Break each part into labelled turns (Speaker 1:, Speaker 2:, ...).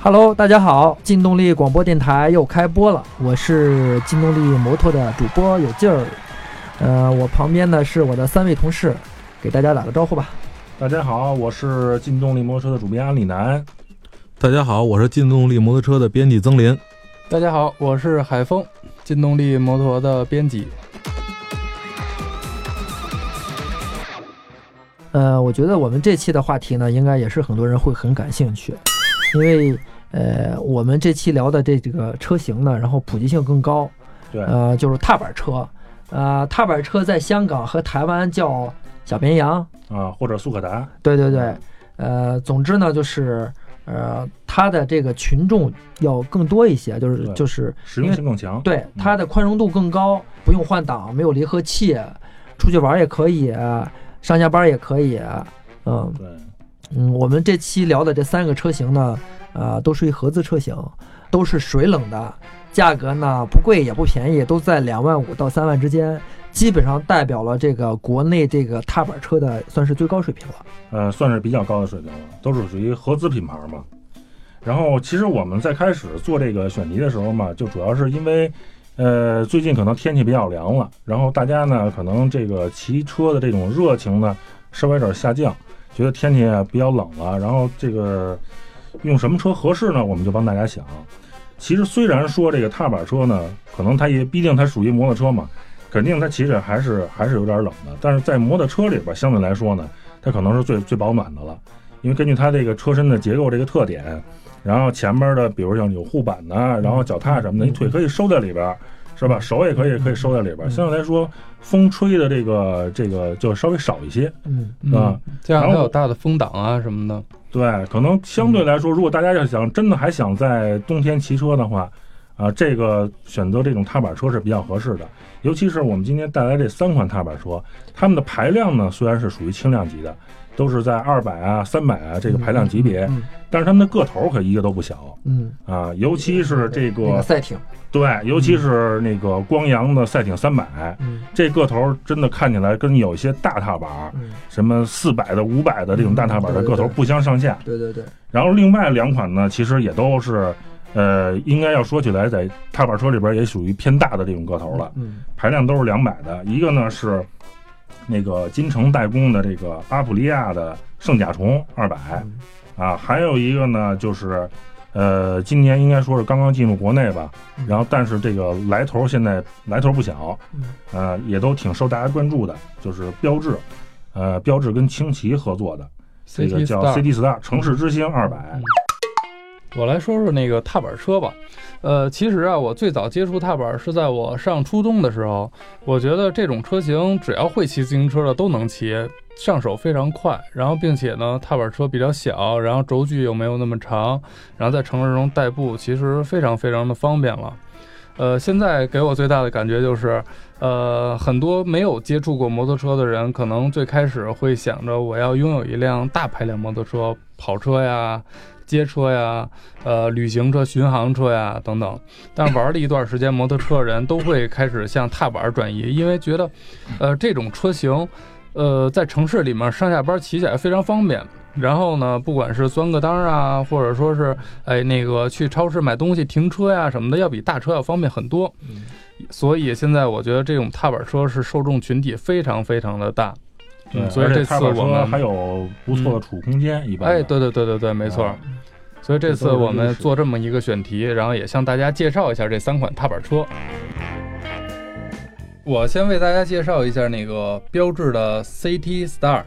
Speaker 1: Hello，大家好，劲动力广播电台又开播了，我是劲动力摩托的主播有劲儿。呃，我旁边呢是我的三位同事，给大家打个招呼吧。
Speaker 2: 大家好，我是劲动力摩托车的主编安李楠。
Speaker 3: 大家好，我是劲动力摩托车的编辑曾林。
Speaker 4: 大家好，我是海峰，劲动力摩托的编辑。
Speaker 1: 呃，我觉得我们这期的话题呢，应该也是很多人会很感兴趣，因为呃，我们这期聊的这这个车型呢，然后普及性更高，
Speaker 2: 对，
Speaker 1: 呃，就是踏板车。呃，踏板车在香港和台湾叫小绵羊，
Speaker 2: 啊，或者苏可达，
Speaker 1: 对对对，呃，总之呢，就是呃，它的这个群众要更多一些，就是
Speaker 2: 对
Speaker 1: 就是
Speaker 2: 实用性更强。
Speaker 1: 对它的宽容度更高，不用换挡，没有离合器，出去玩也可以，呃上下班也可以。嗯
Speaker 2: 对，
Speaker 1: 嗯，我们这期聊的这三个车型呢，呃，都属于合资车型，都是水冷的，价格呢不贵也不便宜，都在两万五到三万之间，基本上代表了这个国内这个踏板车的算是最高水平了。
Speaker 2: 呃，算是比较高的水平了，都是属于合资品牌嘛。然后，其实我们在开始做这个选题的时候嘛，就主要是因为，呃，最近可能天气比较凉了，然后大家呢，可能这个骑车的这种热情呢，稍微有点下降，觉得天气啊比较冷了，然后这个用什么车合适呢？我们就帮大家想。其实虽然说这个踏板车呢，可能它也毕竟它属于摩托车嘛，肯定它骑着还是还是有点冷的，但是在摩托车里边相对来说呢，它可能是最最保暖的了，因为根据它这个车身的结构这个特点，然后前面的比如像有护板呐、然后脚踏什么的，你腿可以收在里边儿，是吧？手也可以可以收在里边儿，相对来说风吹的这个这个就稍微少一些。
Speaker 1: 嗯。
Speaker 2: 啊，
Speaker 4: 这样
Speaker 2: 然
Speaker 4: 它
Speaker 2: 后
Speaker 4: 有大的风挡啊什么的。
Speaker 2: 对，可能相对来说，如果大家要想真的还想在冬天骑车的话，啊，这个选择这种踏板车是比较合适的。尤其是我们今天带来这三款踏板车，它们的排量呢虽然是属于轻量级的，都是在二百啊、三百啊这个排量级别，
Speaker 1: 嗯
Speaker 2: 但是它们的个头可一个都不小
Speaker 1: 嗯，
Speaker 2: 啊。尤其是
Speaker 1: 那
Speaker 2: 这
Speaker 1: 个嗯
Speaker 2: 个
Speaker 1: 赛艇，
Speaker 2: 对，尤其是那个光阳的赛艇三百，
Speaker 1: 嗯
Speaker 2: 这个头真的看起来跟有一些大踏板，
Speaker 1: 嗯，
Speaker 2: 什么四百的、五百的这种大踏板的个头
Speaker 1: 嗯对对对
Speaker 2: 不相上下。
Speaker 1: 对对对，
Speaker 2: 然后另外两款呢，其实也都是，呃，应该要说起来，在踏板车里边也属于偏大的这种个头了，
Speaker 1: 嗯
Speaker 2: 排量都是两百的。一个呢是那个金城代工的这个阿普利亚的圣甲虫二百
Speaker 1: 嗯
Speaker 2: 啊，还有一个呢就是。呃，今年应该说是刚刚进入国内吧，
Speaker 1: 嗯
Speaker 2: 然后但是这个来头现在来头不小，
Speaker 1: 嗯
Speaker 2: 呃，也都挺受大家关注的，就是标志，呃，标志跟轻骑合作的这个
Speaker 4: CT
Speaker 2: 叫
Speaker 4: Star，
Speaker 2: CT Star 城市之星二百、
Speaker 1: 嗯
Speaker 4: 我来说说那个踏板车吧。呃，其实啊，我最早接触踏板是在我上初中的时候。我觉得这种车型只要会骑自行车的都能骑，上手非常快。然后，并且呢，踏板车比较小，然后轴距又没有那么长，然后在城市中代步，其实非常非常的方便了。呃，现在给我最大的感觉就是，呃，很多没有接触过摩托车的人，可能最开始会想着我要拥有一辆大排量摩托车，跑车呀、街车呀、呃旅行车、巡航车呀等等。但玩了一段时间摩托车的人都会开始向踏板转移，因为觉得，呃，这种车型，呃，在城市里面上下班骑起来非常方便。然后呢，不管是钻个档啊，或者说是哎那个去超市买东西停车呀什么的，要比大车要方便很多。
Speaker 1: 嗯
Speaker 4: 所以现在我觉得这种踏板车是受众群体非常非常的大。
Speaker 2: 对，
Speaker 4: 嗯所以
Speaker 2: 而且
Speaker 4: 这
Speaker 2: 踏
Speaker 4: 次
Speaker 2: 板
Speaker 4: 我
Speaker 2: 车
Speaker 4: 们嗯
Speaker 2: 还有不错的储物空间，一般的
Speaker 4: 哎，对对对对对，没错。
Speaker 2: 啊
Speaker 4: 所以这次
Speaker 2: 这都是
Speaker 4: 我们
Speaker 2: 优势
Speaker 4: 做这么一个选题，然后也向大家介绍一下这三款踏板车。我先为大家介绍一下那个标志的 CT Star，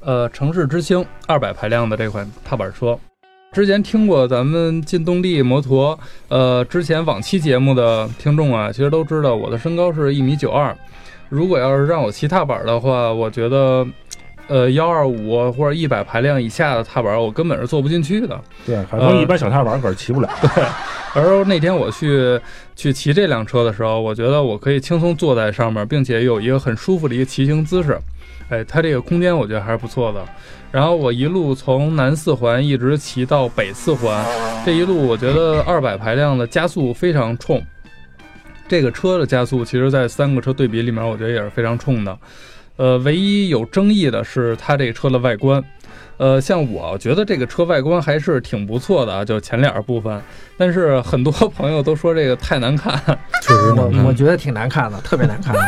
Speaker 4: 呃，城市之星二百排量的这款踏板车。之前听过咱们劲动力摩托，呃，之前往期节目的听众啊，其实都知道我的身高是一米九二。如果要是让我骑踏板的话，我觉得，呃，幺二五或者一百排量以下的踏板，我根本是坐不进去的。
Speaker 2: 对，海
Speaker 4: 呃
Speaker 2: 峰一般小踏板可是骑不了，
Speaker 4: 而那天我去去骑这辆车的时候，我觉得我可以轻松坐在上面，并且有一个很舒服的一个骑行姿势。哎，它这个空间我觉得还是不错的。然后我一路从南四环一直骑到北四环，这一路我觉得二百排量的加速非常冲。这个车的加速，其实在三个车对比里面，我觉得也是非常冲的。呃，唯一有争议的是它这个车的外观。呃，像我觉得这个车外观还是挺不错的啊，就前脸部分。但是很多朋友都说这个太难看，
Speaker 3: 确实
Speaker 1: 我
Speaker 3: 难看
Speaker 1: 我觉得挺难看的，特别难看的。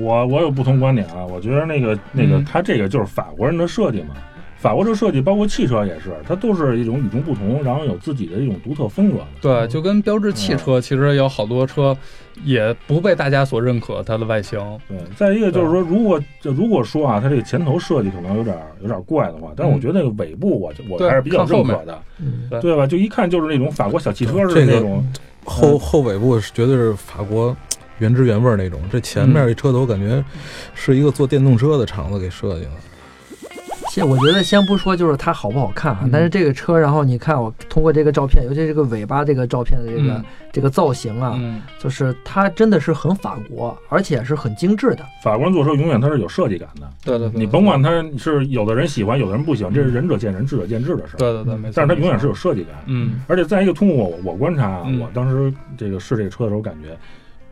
Speaker 2: 我我有不同观点啊，我觉得那个那个
Speaker 4: 嗯
Speaker 2: 它这个就是法国人的设计嘛，法国这设计包括汽车也是，它都是一种与众不同，然后有自己的一种独特风格的。
Speaker 4: 对，就跟标致汽
Speaker 2: 嗯
Speaker 4: 车其实有好多车也不被大家所认可它的外形。
Speaker 2: 对，再一个就是说，如果就如果说啊，它这个前头设计可能有点有点怪的话，但是我觉得那个尾部我就我
Speaker 4: 嗯对
Speaker 2: 还是比较
Speaker 4: 看后
Speaker 2: 认
Speaker 4: 面
Speaker 2: 可的，
Speaker 1: 嗯
Speaker 4: 对
Speaker 2: 对吧？就一看就是那种法国小汽车似
Speaker 3: 这
Speaker 2: 的
Speaker 3: 个
Speaker 2: 那种，
Speaker 3: 后后尾部是绝对是法国原汁原味儿那种，这前面这车头感觉是一个做电动车的厂子给设计的。
Speaker 1: 先我觉得先不说就是它好不好看啊，
Speaker 4: 嗯
Speaker 1: 但是这个车，然后你看我通过这个照片，尤其这个尾巴这个照片的这个、
Speaker 4: 嗯
Speaker 1: 这个造型啊，
Speaker 4: 嗯，
Speaker 1: 就是它真的是很法国，而且是很精致的。
Speaker 2: 法国人做车永远它是有设计感的。
Speaker 4: 对对对，
Speaker 2: 你甭管它是有的人喜欢，有的人不喜欢，这是仁者见仁，智者见智的事儿。
Speaker 4: 对，对对，没错。
Speaker 2: 但是它永远是有设计感。
Speaker 4: 嗯
Speaker 2: 而且再一个，通过我我观察啊，
Speaker 4: 嗯
Speaker 2: 我当时这个试这个车的时候，感觉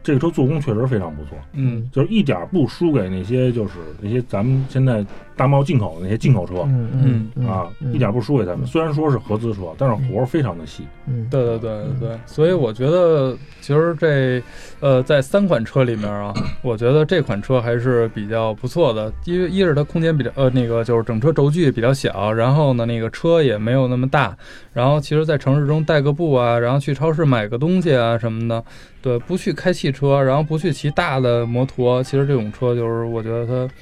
Speaker 2: 这个车做工确实非常不错，
Speaker 4: 嗯
Speaker 2: 就是一点儿不输给那些就是那些咱们现在大贸进口的那些进口车。
Speaker 1: 嗯
Speaker 4: 嗯
Speaker 1: 嗯
Speaker 2: 啊，
Speaker 1: 嗯
Speaker 2: 一点不输给他们。
Speaker 1: 嗯
Speaker 2: 虽然说是合资车，但是活儿非常的细。
Speaker 1: 嗯，
Speaker 4: 对对对对对，所以我觉得其实这，呃，在三款车里面啊， 我觉得这款车还是比较不错的，因为一是它空间比较，呃，那个就是整车轴距比较小，然后呢，那个车也没有那么大，然后其实，在城市中代个步啊，然后去超市买个东西啊什么的，对，不去开汽车，然后不去骑大的摩托，其实这种车就是我觉得它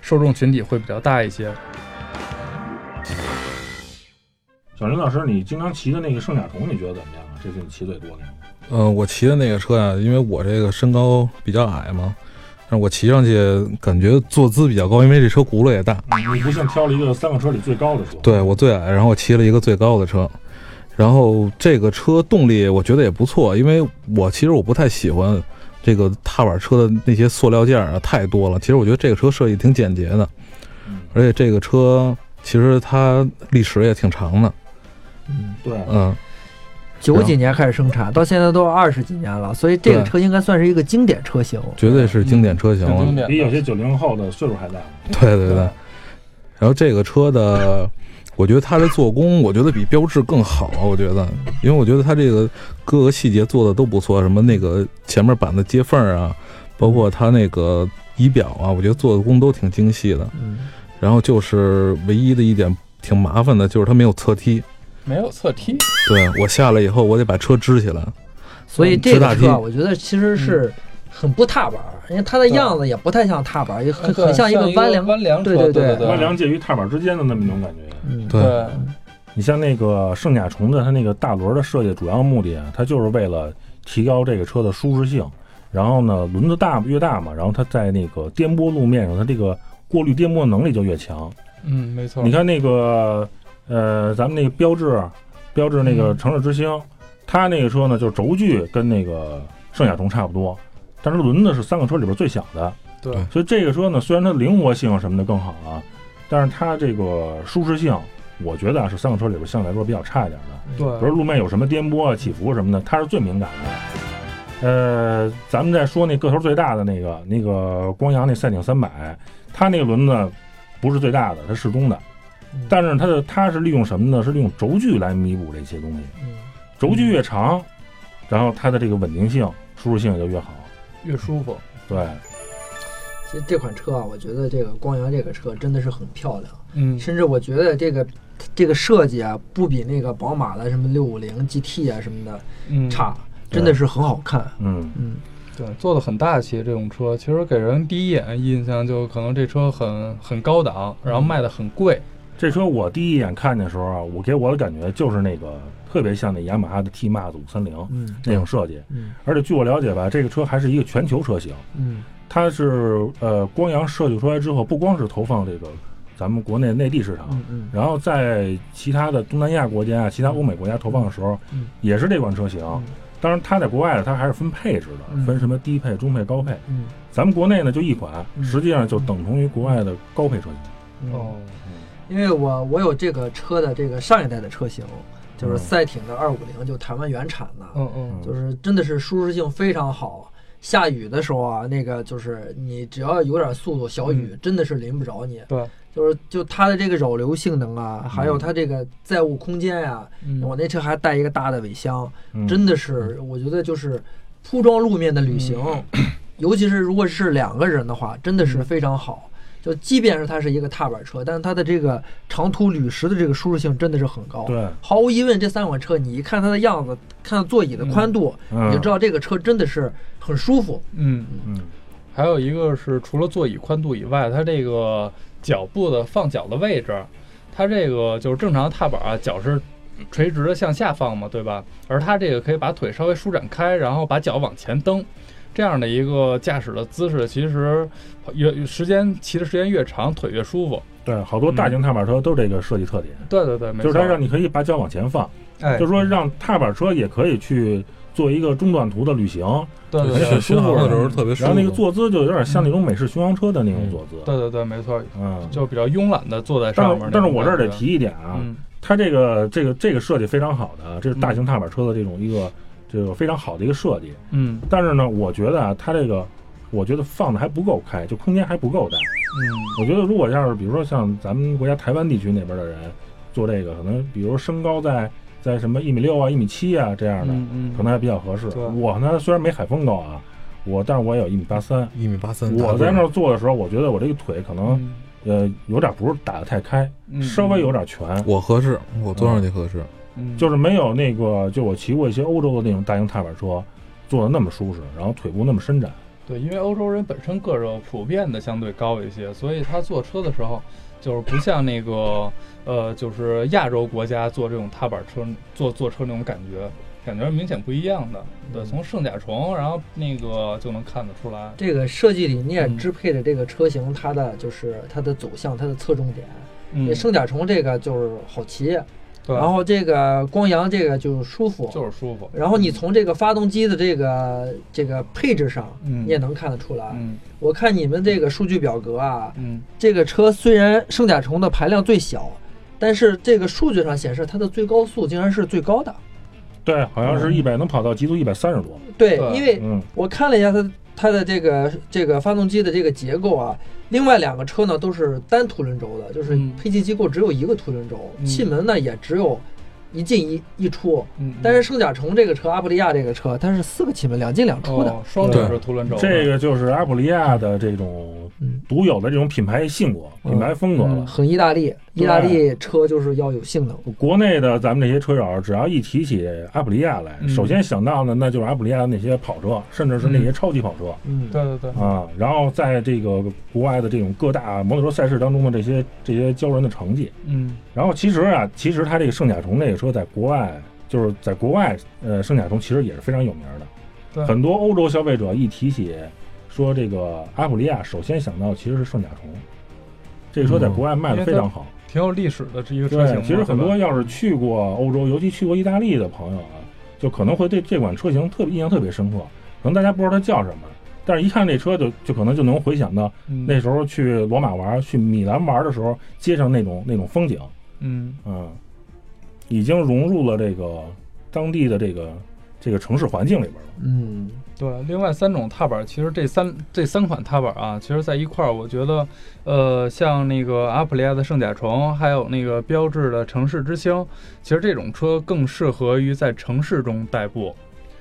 Speaker 4: 受众群体会比较大一些。
Speaker 2: 小林老师，你经常骑的那个圣甲虫，你觉得怎么样啊？这次你骑最多的，
Speaker 3: 嗯，我骑的那个车呀、因为我这个身高比较矮嘛，但是我骑上去感觉坐姿比较高，因为这车轱辘也大。
Speaker 2: 你不像挑了一个三个车里最高的车。
Speaker 3: 对我最矮，然后我骑了一个最高的车，然后这个车动力我觉得也不错，因为我其实我不太喜欢这个踏板车的那些塑料件儿啊太多了。其实我觉得这个车设计挺简洁的，
Speaker 2: 嗯，
Speaker 3: 而且这个车其实它历史也挺长的，
Speaker 1: 嗯，
Speaker 2: 对，
Speaker 3: 嗯，
Speaker 1: 九几年开始生产，到现在都二十几年了，所以这个
Speaker 3: 对
Speaker 1: 车应该算是一个经典车型。
Speaker 3: 绝对是经典车型
Speaker 4: 挺经
Speaker 3: 了。
Speaker 4: 典的，
Speaker 2: 比有些九零后的岁数还大。
Speaker 3: 对对对。然后这个车的，我觉得它的做工，我觉得比标致更好啊。我觉得，因为我觉得它这个各个细节做的都不错，什么那个前面板的接缝儿啊，包括它那个仪表啊，我觉得做的工都挺精细的。
Speaker 1: 嗯，
Speaker 3: 然后就是唯一的一点挺麻烦的，就是它没有侧踢。
Speaker 4: 没有侧踢，
Speaker 3: 对我下来以后，我得把车支起来。
Speaker 1: 所以这
Speaker 3: 直
Speaker 1: 个
Speaker 3: 大
Speaker 1: 车啊
Speaker 3: 梯
Speaker 1: 我觉得其实是很不踏板儿，因为它的样子也不太像踏板儿，也很
Speaker 4: 呃对
Speaker 1: 很像一个弯梁。
Speaker 4: 弯梁车，
Speaker 1: 对对
Speaker 4: 对
Speaker 1: 对
Speaker 2: 弯梁介于踏板之间的那么一种感觉。
Speaker 1: 嗯，
Speaker 3: 对
Speaker 4: 对，
Speaker 2: 你像那个圣甲虫的，它那个大轮的设计主要目的啊，它就是为了提高这个车的舒适性。然后呢，轮子大越大嘛，然后它在那个颠簸路面上，它这个过滤颠簸能力就越强。
Speaker 4: 嗯，没错。
Speaker 2: 你看那个呃，咱们那个标志，标志那个
Speaker 4: 嗯
Speaker 2: 城市之星，它那个车呢，就是轴距跟那个圣甲虫差不多，但是轮子是三个车里边最小的，
Speaker 4: 对
Speaker 2: 所以这个车呢，虽然它灵活性什么的更好啊，但是它这个舒适性，我觉得啊是三个车里边相对来说比较差一点的。比
Speaker 4: 对，
Speaker 2: 如路面有什么颠簸啊、起伏什么的，它是最敏感的。呃，咱们再说那个头最大的那个那个光阳那赛艇三百，它那个轮子不是最大的，它适中的，
Speaker 1: 嗯
Speaker 2: 但是它的它是利用什么呢？是利用轴距来弥补这些东西，
Speaker 1: 嗯
Speaker 2: 轴距越长，然后它的这个稳定性、舒适性也就越好。
Speaker 4: 越舒服。
Speaker 2: 对，
Speaker 1: 其实这款车啊，我觉得这个光阳这个车真的是很漂亮，
Speaker 4: 嗯，
Speaker 1: 甚至我觉得这个这个设计啊，不比那个宝马的什么六五零 GT 啊什么的
Speaker 4: 嗯，
Speaker 1: 差，真的是很好看。
Speaker 2: 嗯，
Speaker 1: 嗯，
Speaker 4: 对，做的很大气。这种车其实给人第一眼印象就可能这车很很高档，然后卖的很贵。
Speaker 2: 这车我第一眼看见的时候啊，我给我的感觉就是那个特别像那雅马哈的 T Max 五三零
Speaker 1: 嗯
Speaker 2: 那种设计，
Speaker 1: 嗯
Speaker 2: 而且据我了解吧，这个车还是一个全球车型。
Speaker 1: 嗯
Speaker 2: 它是呃，光阳设计出来之后，不光是投放这个咱们国内内地市场，
Speaker 1: 嗯嗯
Speaker 2: 然后在其他的东南亚国家啊、其他欧美国家投放的时候，
Speaker 1: 嗯
Speaker 2: 也是这款车型。
Speaker 1: 嗯
Speaker 2: 当然，它在国外它还是分配置的，
Speaker 1: 嗯
Speaker 2: 分什么低配、中配、高配。
Speaker 1: 嗯
Speaker 2: 咱们国内呢就一款，
Speaker 1: 嗯
Speaker 2: 实际上就等同于国外的高配车型。
Speaker 1: 嗯，
Speaker 4: 哦，
Speaker 1: 因为我我有这个车的这个上一代的车型，就是
Speaker 2: 嗯
Speaker 1: 赛艇的二五零，就台湾原产的，
Speaker 4: 嗯嗯
Speaker 1: 就是真的是舒适性非常好。下雨的时候啊，那个就是你只要有点速度，小
Speaker 2: 嗯
Speaker 1: 雨、真的是淋不着你。
Speaker 4: 对，
Speaker 1: 就是就它的这个扰流性能啊，还有
Speaker 2: 嗯
Speaker 1: 它这个载物空间呀、
Speaker 4: 嗯
Speaker 1: 我那车还带一个大的尾箱，
Speaker 2: 嗯嗯
Speaker 1: 真的是我觉得就是铺装路面的旅行，尤其是如果是两个人的话，真的是非常好。就即便是它是一个踏板车，但是它的这个长途旅时的这个舒适性真的是很高。
Speaker 2: 对，
Speaker 1: 毫无疑问，这三款车你一看它的样子，看座椅的宽度，
Speaker 2: 嗯
Speaker 1: 你就知道这个车真的是很舒服。
Speaker 4: 嗯，
Speaker 2: 嗯
Speaker 4: 还有一个是除了座椅宽度以外，它这个脚部的放脚的位置，它这个就是正常的踏板啊，脚是垂直的向下放嘛，对吧？而它这个可以把腿稍微舒展开，然后把脚往前蹬，这样的一个驾驶的姿势，其实越时间骑的时间越长，腿越舒服。
Speaker 2: 对，好多大型踏板车都这个设计特点，
Speaker 1: 嗯
Speaker 4: 对对对，没
Speaker 2: 就
Speaker 4: 错。
Speaker 2: 是它让你可以把脚往前放，
Speaker 4: 哎，
Speaker 2: 就是说让踏板车也可以去做一个中短途的旅行，
Speaker 4: 对对
Speaker 2: 很
Speaker 4: 对
Speaker 2: 小
Speaker 3: 巡
Speaker 2: 舒服
Speaker 3: 巡航的时候特别舒服。
Speaker 2: 然后那个坐姿就有点像那种美式巡洋车的那种坐姿，
Speaker 4: 嗯对对对，没错，
Speaker 2: 嗯。
Speaker 4: 就比较慵懒的坐在
Speaker 2: 但
Speaker 4: 上面
Speaker 2: 是
Speaker 4: 那种感觉。
Speaker 2: 但是我这儿得提一点啊，
Speaker 4: 嗯，
Speaker 2: 它这个这个这个设计非常好的，啊这是大型踏板车的这种一个这个非常好的一个设计。
Speaker 4: 嗯
Speaker 2: 但是呢，我觉得啊，它这个我觉得放的还不够开，就空间还不够大。
Speaker 4: 嗯
Speaker 2: 我觉得如果要是比如说像咱们国家台湾地区那边的人做这个，可能比如身高在在什么一米六啊、一米七啊这样的，
Speaker 4: 嗯嗯，
Speaker 2: 可能还比较合适。
Speaker 4: 对
Speaker 2: 我呢虽然没海峰高啊，我但是我也有一米八三。
Speaker 3: 一米八
Speaker 1: 嗯
Speaker 3: 三，
Speaker 2: 我在那儿做的时候，我觉得我这个腿可能、
Speaker 4: 嗯
Speaker 2: 呃有点不是打得太开，
Speaker 4: 嗯
Speaker 2: 稍微有点全。
Speaker 3: 我合适，我坐上去合适。
Speaker 4: 嗯
Speaker 2: 就是没有那个，就我骑过一些欧洲的那种大型踏板车，坐的那么舒适，然后腿部那么伸展。
Speaker 4: 对，因为欧洲人本身个热普遍的相对高一些，所以他坐车的时候，就是不像那个呃，就是亚洲国家坐这种踏板车坐坐车那种感觉，感觉是明显不一样的。
Speaker 1: 嗯
Speaker 4: 对，从圣甲虫，然后那个就能看得出来。
Speaker 1: 这个设计理念
Speaker 4: 嗯
Speaker 1: 支配的这个车型，它的就是它的走向，它的侧重点。
Speaker 4: 嗯
Speaker 1: 这，圣甲虫这个就是好骑，
Speaker 4: 对，
Speaker 1: 然后这个光阳这个就是舒服，
Speaker 4: 就是舒服。
Speaker 1: 然后你从这个发动机的这个这个配置上，
Speaker 4: 嗯
Speaker 1: 你也能看得出来。
Speaker 4: 嗯
Speaker 1: 我看你们这个数据表格啊，
Speaker 4: 嗯
Speaker 1: 这个车虽然圣甲虫的排量最小，但是这个数据上显示它的最高速竟然是最高的。
Speaker 2: 对，好像是一百、能跑到极速一百三十多。
Speaker 1: 对，
Speaker 4: 对
Speaker 1: 因为
Speaker 2: 嗯，
Speaker 1: 我看了一下它它的这个这个发动机的这个结构啊，另外两个车呢都是单凸轮轴的，就是
Speaker 4: 嗯
Speaker 1: 配气机构只有一个凸轮轴，
Speaker 4: 嗯
Speaker 1: 气门呢也只有一进一一出。
Speaker 4: 嗯，
Speaker 1: 但是圣甲虫这个车，阿普利亚这个车，它是四个气门，两进两出的。
Speaker 4: 哦，双轮是凸轮轴的，
Speaker 2: 这个就是阿普利亚的这种
Speaker 1: 嗯
Speaker 2: 独有的这种品牌性格、
Speaker 1: 嗯
Speaker 2: 品牌风格了。
Speaker 1: 很意大利，
Speaker 2: 对
Speaker 1: 意大利车就是要有性能。
Speaker 2: 国内的咱们这些车友，只要一提起阿普利亚来，
Speaker 4: 嗯
Speaker 2: 首先想到的那就是阿普利亚的那些跑车，甚至是那些超级跑车。
Speaker 1: 嗯，
Speaker 4: 对对对，
Speaker 2: 啊，然后在这个国外的这种各大摩托车赛事当中的这些这些骄人的成绩，
Speaker 4: 嗯
Speaker 2: 然后其实啊，其实它这个圣甲虫这个车在国外，就是在国外，呃，圣甲虫其实也是非常有名
Speaker 4: 对
Speaker 2: 的。很多欧洲消费者一提起说这个阿普利亚，首先想到其实是圣甲虫。这个车在国外卖的非常好。
Speaker 4: 挺有历史的这一个车
Speaker 2: 对
Speaker 4: 型嘛。，
Speaker 2: 其实很多
Speaker 4: 对吧
Speaker 2: 要是去过欧洲，尤其去过意大利的朋友啊，就可能会对这款车型特别印象特别深刻。可能大家不知道它叫什么，但是一看这车就就可能就能回想到
Speaker 4: 嗯
Speaker 2: 那时候去罗马玩、去米兰玩的时候，街上那种那种风景。
Speaker 4: 嗯
Speaker 2: 嗯，已经融入了这个当地的这个这个城市环境里边了。
Speaker 1: 嗯，
Speaker 4: 对，另外三种踏板，其实这三这三款踏板啊，其实在一块儿，我觉得，呃，像那个阿普利亚的圣甲虫，还有那个标志的城市之星，其实这种车更适合于在城市中代步。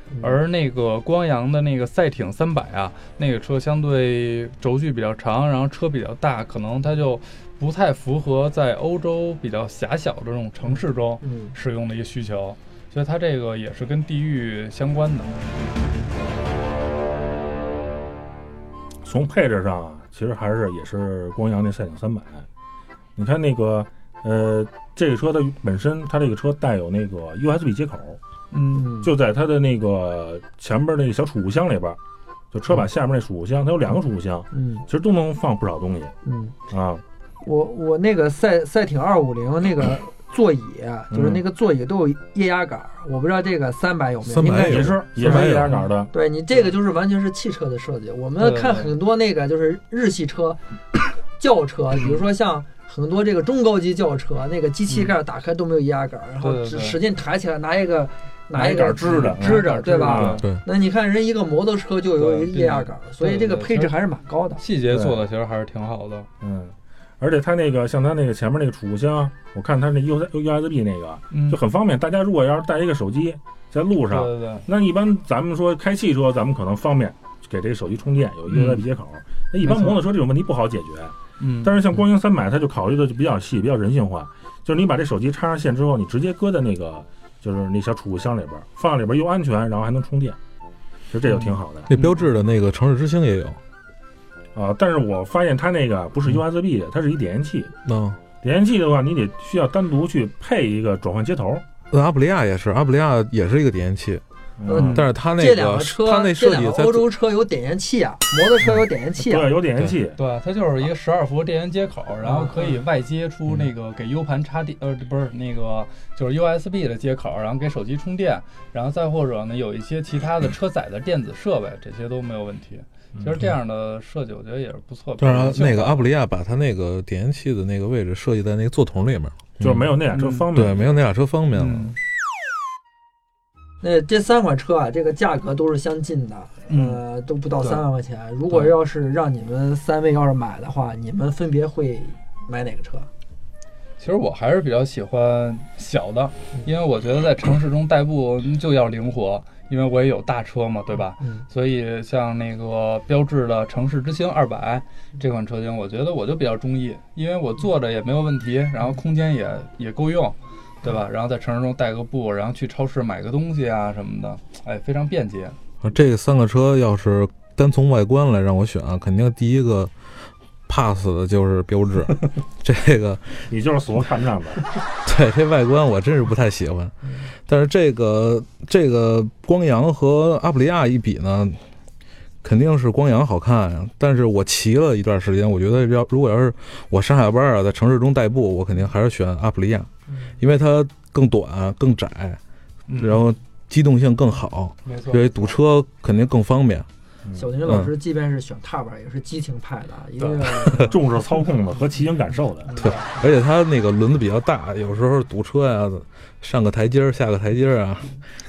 Speaker 1: 嗯
Speaker 4: 而那个光阳的那个赛艇三百啊，那个车相对轴距比较长，然后车比较大，可能它就不太符合在欧洲比较狭小的这种城市中
Speaker 1: 嗯，
Speaker 4: 使用的一个需求，所以它这个也是跟地域相关的。
Speaker 2: 从配置上啊，其实还是也是光阳那赛艇三百。你看那个呃，这个车它本身它这个车带有那个 USB 接口，
Speaker 4: 嗯
Speaker 1: 嗯，
Speaker 2: 就在它的那个前边那个小储物箱里边，就车把下面那储物箱，它有两个储物箱，
Speaker 1: 嗯
Speaker 2: 其实都能放不少东西
Speaker 1: 嗯，
Speaker 2: 啊。
Speaker 1: 我我那个赛赛艇二五零那个座椅啊，就是那个座椅都有液压杆儿，我不知道这个三百有没有，
Speaker 3: 300
Speaker 1: 应该
Speaker 3: 有
Speaker 2: 也是也是一点哪儿的，
Speaker 1: 对你这个就是完全是汽车的设计。我们看
Speaker 4: 对对对
Speaker 1: 很多那个就是日系车、轿车，比如说像很多这个中高级轿车，那个机器盖打开都没有液压杆，然后
Speaker 4: 对对
Speaker 1: 只
Speaker 4: 对
Speaker 1: 使劲抬起来，拿一个拿一
Speaker 2: 杆
Speaker 1: 个
Speaker 2: 支着，
Speaker 1: 支着，对吧？
Speaker 2: 啊？
Speaker 3: 对，
Speaker 1: 那你看人一个摩托车就有
Speaker 4: 对
Speaker 1: 一叶压杆，所以这个配置还是蛮高的。
Speaker 4: 细节做的其实还是挺好的。
Speaker 2: 嗯，而且它那个像它那个前面那个储物箱，我看它那 U U S B 那个
Speaker 4: 嗯
Speaker 2: 就很方便。大家如果要是带一个手机在路上，
Speaker 4: 对对对，
Speaker 2: 那一般咱们说开汽车，咱们可能方便给这个手机充电，有一个
Speaker 4: 嗯
Speaker 2: USB 接口。那一般
Speaker 4: 没错
Speaker 2: 摩托车这种问题不好解决，
Speaker 4: 嗯，
Speaker 2: 但是像光阳三百，它就考虑的就比较细，比较人性化，就是你把这手机插上线之后，你直接搁在那个就是那小储物箱里边儿，放在里边儿又安全，然后还能充电，其实这就挺好的啊、啊
Speaker 3: 那标志的那个城市之星也有，
Speaker 2: 但是我发现它那个不是
Speaker 3: 嗯
Speaker 2: USB 的，它是一点烟器。
Speaker 3: 那
Speaker 2: 点烟器的话，你得需要单独去配一个转换接头。
Speaker 3: 那阿布利亚也是，阿布利亚也是一个点烟器，
Speaker 4: 嗯
Speaker 3: 但是它那
Speaker 1: 这两
Speaker 3: 个
Speaker 1: 车，
Speaker 3: 它
Speaker 1: 这
Speaker 3: 那设
Speaker 1: 两
Speaker 3: 计
Speaker 1: 个
Speaker 3: 在
Speaker 1: 欧洲车有点烟器啊，摩托车有点烟器啊。
Speaker 2: 对，有点烟器。
Speaker 4: 对，它就是
Speaker 3: 啊
Speaker 4: 一个十二伏电源接口，然后可以外接出
Speaker 3: 嗯
Speaker 4: 那个给 U 盘插电，呃，不是那个就是 USB 的接口，然后给手机充电，然后再或者呢有一些其他的车载的电子设备，这些都没有问题。
Speaker 3: 嗯
Speaker 4: 其实这样的设计我觉得也是不错。
Speaker 3: 当
Speaker 2: 啊
Speaker 3: 然
Speaker 4: 比较
Speaker 3: 那个
Speaker 4: 有
Speaker 3: 阿布利亚把它那个点烟器的那个位置设计在那个座筒里面了，
Speaker 2: 就是没有
Speaker 3: 嗯
Speaker 2: 那俩车方便。
Speaker 3: 对，没有那俩车方便
Speaker 4: 性
Speaker 3: 了。
Speaker 4: 化嗯
Speaker 1: 那这三款车啊，这个价格都是相近的，
Speaker 4: 嗯
Speaker 1: 呃，都不到
Speaker 4: 对
Speaker 1: 三万块钱。如果
Speaker 4: 对
Speaker 1: 要是让你们三位要是买的话，你们分别会买哪个
Speaker 3: 嗯
Speaker 1: 车？
Speaker 4: 其实我还是比较喜欢小的，因为我觉得在城市中代步就要灵活，因为我也有大车嘛，对吧？
Speaker 1: 嗯，
Speaker 4: 所以像那个标志的城市之星二百这款车型，我觉得我就比较中意，因为我坐着也没有问题，然后空间也也够用，对吧？然后在城市中代个步，然后去超市买个东西啊什么的，哎，非常便捷。
Speaker 3: 啊这三个车要是单从外观来让我选啊，肯定第一个 pass 的就是标 志，这个
Speaker 2: 你就是死活看不上的。
Speaker 3: 对这外观我真是不太喜欢。但是这个这个光阳和阿普利亚一比呢，肯定是光阳好看呀。但是我骑了一段时间，我觉得要如果要是我上下班啊，在城市中代步，我肯定还是选阿普利亚，因为它更短、啊更窄，然后机动性更好，
Speaker 4: 嗯没错
Speaker 3: 对于堵车肯定更方便。
Speaker 1: 小林
Speaker 3: 嗯
Speaker 1: 老师即便是选踏板，也是激情派的，一
Speaker 2: 嗯
Speaker 1: 个
Speaker 2: 重视操控的和骑行感受的，
Speaker 3: 对，而且它那个轮子比较大，有时候堵车呀、上个台阶儿、下个台阶儿啊，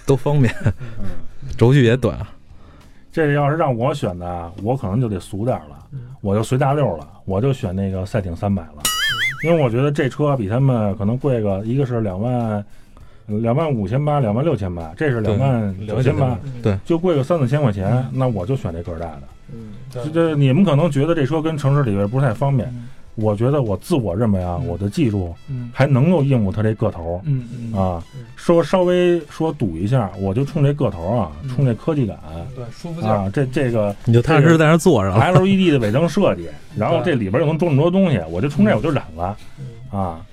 Speaker 3: 都方便。 轴距也短，
Speaker 2: 这要是让我选的，我可能就得俗点儿了，
Speaker 4: 嗯
Speaker 2: 我就随大溜儿了，我就选那个赛艇三百了，因为我觉得这车比他们可能贵个，一个是两万，两万五千八，两万六千八，这是
Speaker 3: 对
Speaker 2: 两万九千八，
Speaker 4: 嗯
Speaker 3: 对，
Speaker 2: 就贵个三四千块钱，那我就选这个儿大的。
Speaker 1: 嗯，
Speaker 2: 这这你们可能觉得这车跟城市里边不太方便，
Speaker 4: 嗯
Speaker 2: 我觉得我自我认为啊，
Speaker 4: 嗯
Speaker 2: 我的技术
Speaker 4: 嗯
Speaker 2: 还能够应付它这个头
Speaker 4: 嗯嗯
Speaker 2: 啊
Speaker 1: 嗯，
Speaker 2: 说稍微说赌一下，我就冲这个头啊，
Speaker 4: 嗯
Speaker 2: 冲这科技感。
Speaker 4: 对，舒服劲儿。
Speaker 2: 啊，这这个
Speaker 3: 你就踏实在那儿坐着了。
Speaker 2: LED E 的尾灯设计，然后这
Speaker 4: 对
Speaker 2: 里边又能装这么多东西，我就冲这我就染了
Speaker 1: 嗯
Speaker 2: 啊，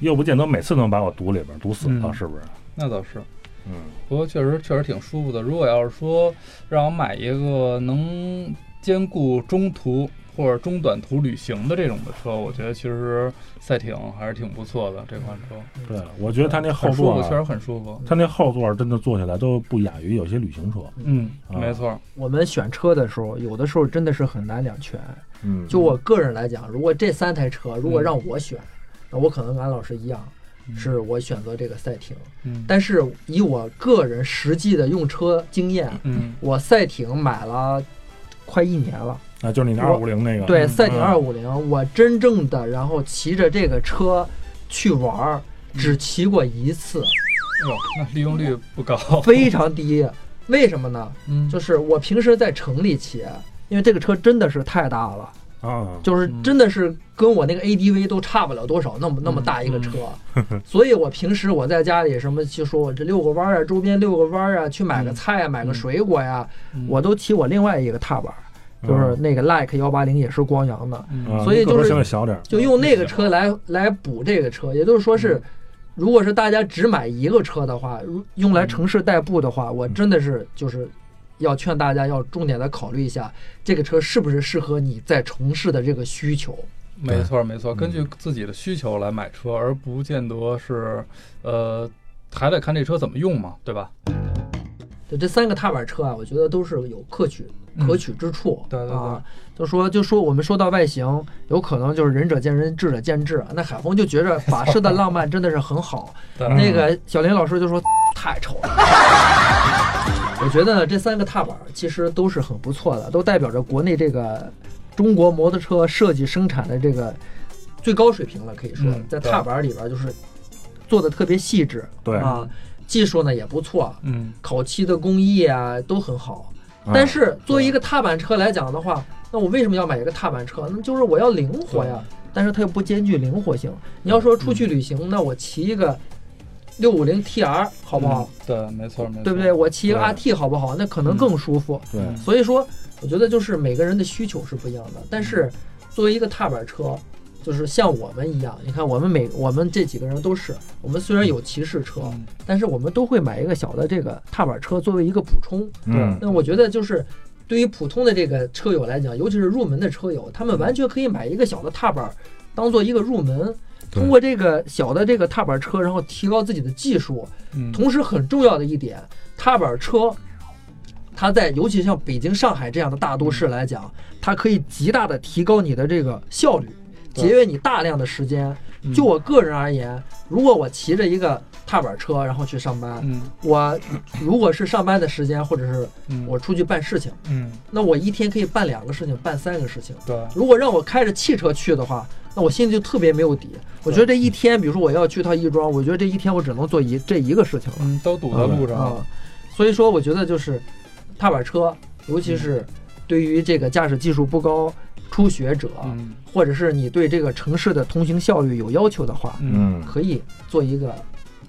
Speaker 2: 又不见得每次能把我堵里边堵死了，
Speaker 4: 嗯
Speaker 2: 是不是？
Speaker 4: 那倒是。
Speaker 2: 嗯，
Speaker 4: 不过确实确实挺舒服的。如果要是说让我买一个能兼顾中途或者中短途旅行的这种的车，我觉得其实赛艇还是挺不错的这款车。
Speaker 2: 对，我觉得它那后
Speaker 4: 很舒
Speaker 2: 座
Speaker 4: 服，确实
Speaker 2: 啊，
Speaker 4: 很舒服。
Speaker 2: 它那后座真的坐起来都不亚于有些旅行车。
Speaker 4: 嗯，
Speaker 2: 啊
Speaker 4: 没错。
Speaker 1: 我们选车的时候，有的时候真的是很难两全。
Speaker 2: 嗯，
Speaker 1: 就我个人来讲，如果这三台车如果
Speaker 4: 嗯
Speaker 1: 让我选，那我可能跟安老师一样，
Speaker 4: 嗯
Speaker 1: 是我选择这个赛艇。
Speaker 4: 嗯
Speaker 1: 但是以我个人实际的用车经验，
Speaker 4: 嗯
Speaker 1: 我赛艇买了快一年了，
Speaker 2: 啊，就是你那二
Speaker 1: 我
Speaker 2: 五零那个，
Speaker 1: 对，
Speaker 4: 嗯
Speaker 1: 赛艇
Speaker 2: 嗯
Speaker 1: 二五零，我真正的然后骑着这个车去玩儿，只骑过一次，
Speaker 4: 哎呦，那利用率不高。
Speaker 1: 非常低。为什么呢？
Speaker 4: 嗯，
Speaker 1: 就是我平时在城里骑，因为这个车真的是太大了，
Speaker 2: 啊，
Speaker 1: 就是
Speaker 4: 嗯
Speaker 1: 真的是跟我那个 ADV 都差不了多少，那么那么大一
Speaker 4: 嗯
Speaker 1: 个 车，所以我平时我在家里什么就说我这遛个弯儿啊，周边遛个弯儿啊，去买个菜呀、买个水果呀、
Speaker 4: 嗯
Speaker 1: 我都骑我另外一个踏板儿，就是那个 Like 幺八零也是光阳的，
Speaker 4: 嗯
Speaker 2: 啊
Speaker 1: 所以
Speaker 2: 个头
Speaker 1: 就是
Speaker 2: 相对小点儿，
Speaker 1: 就用那个车来来补这个车，也就是说是，
Speaker 4: 嗯
Speaker 1: 如果是大家只买一个车的话，如用
Speaker 4: 嗯
Speaker 1: 来城市代步的话，我真的是就是要劝大家要重点的考虑一下，这个车是不是适合你在城市的这个需求。
Speaker 4: 没错没错，根
Speaker 2: 嗯
Speaker 4: 据自己的需求来买车，而不见得是呃，还得看这车怎么用嘛，对吧？
Speaker 1: 对这三个踏板车啊，我觉得都是有可取可取之处。
Speaker 4: 嗯对对对
Speaker 1: 啊，就说就说我们说到外形，有可能就是仁者见仁，智者见智啊。那海峰就觉着法式的浪漫真的是很 好，
Speaker 4: 对
Speaker 1: 那个小林老师就说太丑了。 我觉得这三个踏板其实都是很不错的，都代表着国内这个中国摩托车设计生产的这个最高水平了，可以说
Speaker 4: 嗯
Speaker 1: 在
Speaker 4: 对
Speaker 1: 踏板里边就是做的特别细致
Speaker 2: 对，
Speaker 1: 啊，技术呢也不错，
Speaker 4: 嗯，
Speaker 1: 烤漆的工艺啊都很好。
Speaker 4: 啊
Speaker 2: 啊
Speaker 1: 但是作为一个踏板车来讲的话，那我为什么要买一个踏板车？那就是我要灵活呀，但是它又不兼具灵活性。你要说出去旅
Speaker 4: 嗯
Speaker 1: 行，那我骑一个六五零 TR 好不好？
Speaker 4: 嗯？对，没错，没错，
Speaker 1: 对不对？？我骑一个
Speaker 2: 对
Speaker 1: RT 好不好？那可能更舒服。
Speaker 2: 对，
Speaker 4: 嗯
Speaker 1: 所以说，我觉得就是每个人的需求是不一样的。但是
Speaker 4: 嗯
Speaker 1: 作为一个踏板车，就是像我们一样，你看我们每我们这几个人都是，我们虽然有骑士车，
Speaker 4: 嗯
Speaker 1: 但是我们都会买一个小的这个踏板车作为一个补充。
Speaker 2: 嗯，
Speaker 1: 那我觉得就是。对于普通的这个车友来讲，尤其是入门的车友，他们完全可以买一个小的踏板，当做一个入门，
Speaker 3: 对
Speaker 1: 通过这个小的这个踏板车，然后提高自己的技术，
Speaker 4: 嗯，
Speaker 1: 同时很重要的一点，踏板车，它在尤其像北京、上海这样的大都
Speaker 4: 嗯
Speaker 1: 市来讲，它可以极大的提高你的这个效率，
Speaker 4: 对
Speaker 1: 节约你大量的时间。
Speaker 4: 嗯
Speaker 1: 就我个人而言，如果我骑着一个踏板车然后去上班，
Speaker 4: 嗯
Speaker 1: 我如果是上班的时间，或者是
Speaker 4: 嗯，
Speaker 1: 我出去办事情，
Speaker 4: 嗯
Speaker 1: 那我一天可以办两个事情，办三个事情。
Speaker 4: 对
Speaker 1: 如果让我开着汽车去的话，那我心里就特别没有底。我觉得这一天，比如说我要去趟亦庄，我觉得这一天我只能做一这一个事情了。
Speaker 4: 嗯都堵在路上
Speaker 1: 啊、
Speaker 4: 了，
Speaker 1: 所以说我觉得就是踏板车，尤其
Speaker 4: 嗯
Speaker 1: 是对于这个驾驶技术不高初学者，
Speaker 4: 嗯
Speaker 1: 或者是你对这个城市的通行效率有要求的话，
Speaker 4: 嗯
Speaker 2: 嗯，
Speaker 1: 可以做一个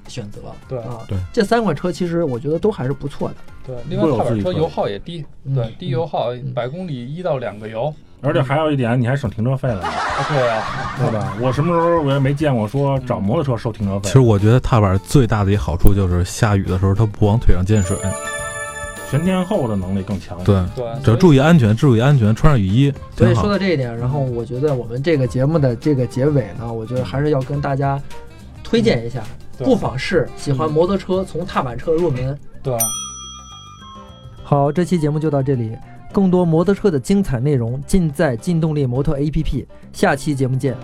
Speaker 1: 选择。
Speaker 4: 对
Speaker 1: 啊，
Speaker 3: 对，
Speaker 1: 这三款车其实我觉得都还是不错的。
Speaker 4: 对，另外踏板车油耗也低，
Speaker 1: 嗯
Speaker 4: 对低油耗
Speaker 1: 嗯
Speaker 4: 百公里一到两个油，
Speaker 2: 而且还有一点，你还省停车费了呢，
Speaker 4: 对啊，
Speaker 2: 对吧？我什么时候我也没见过说找摩托车收停车
Speaker 3: 其
Speaker 2: 费
Speaker 3: 实，我觉得踏板最大的一好处就是下雨的时候它不往腿上溅水，
Speaker 1: 嗯
Speaker 2: 全天候的能力更强。
Speaker 3: 对，
Speaker 4: 对，
Speaker 3: 只要注意安全，注意安全，穿上雨衣
Speaker 1: 所
Speaker 3: 挺
Speaker 1: 以说
Speaker 3: 好。
Speaker 1: 到这一点，然后我觉得我们这个节目的这个结尾呢，我觉得还是要跟大家推荐一下，
Speaker 4: 嗯对嗯
Speaker 1: 不妨是喜欢摩托车从踏板车入门。
Speaker 4: 对，
Speaker 1: 好，这期节目就到这里，更多摩托车的精彩内容尽在劲动力摩托 APP，下期节目见。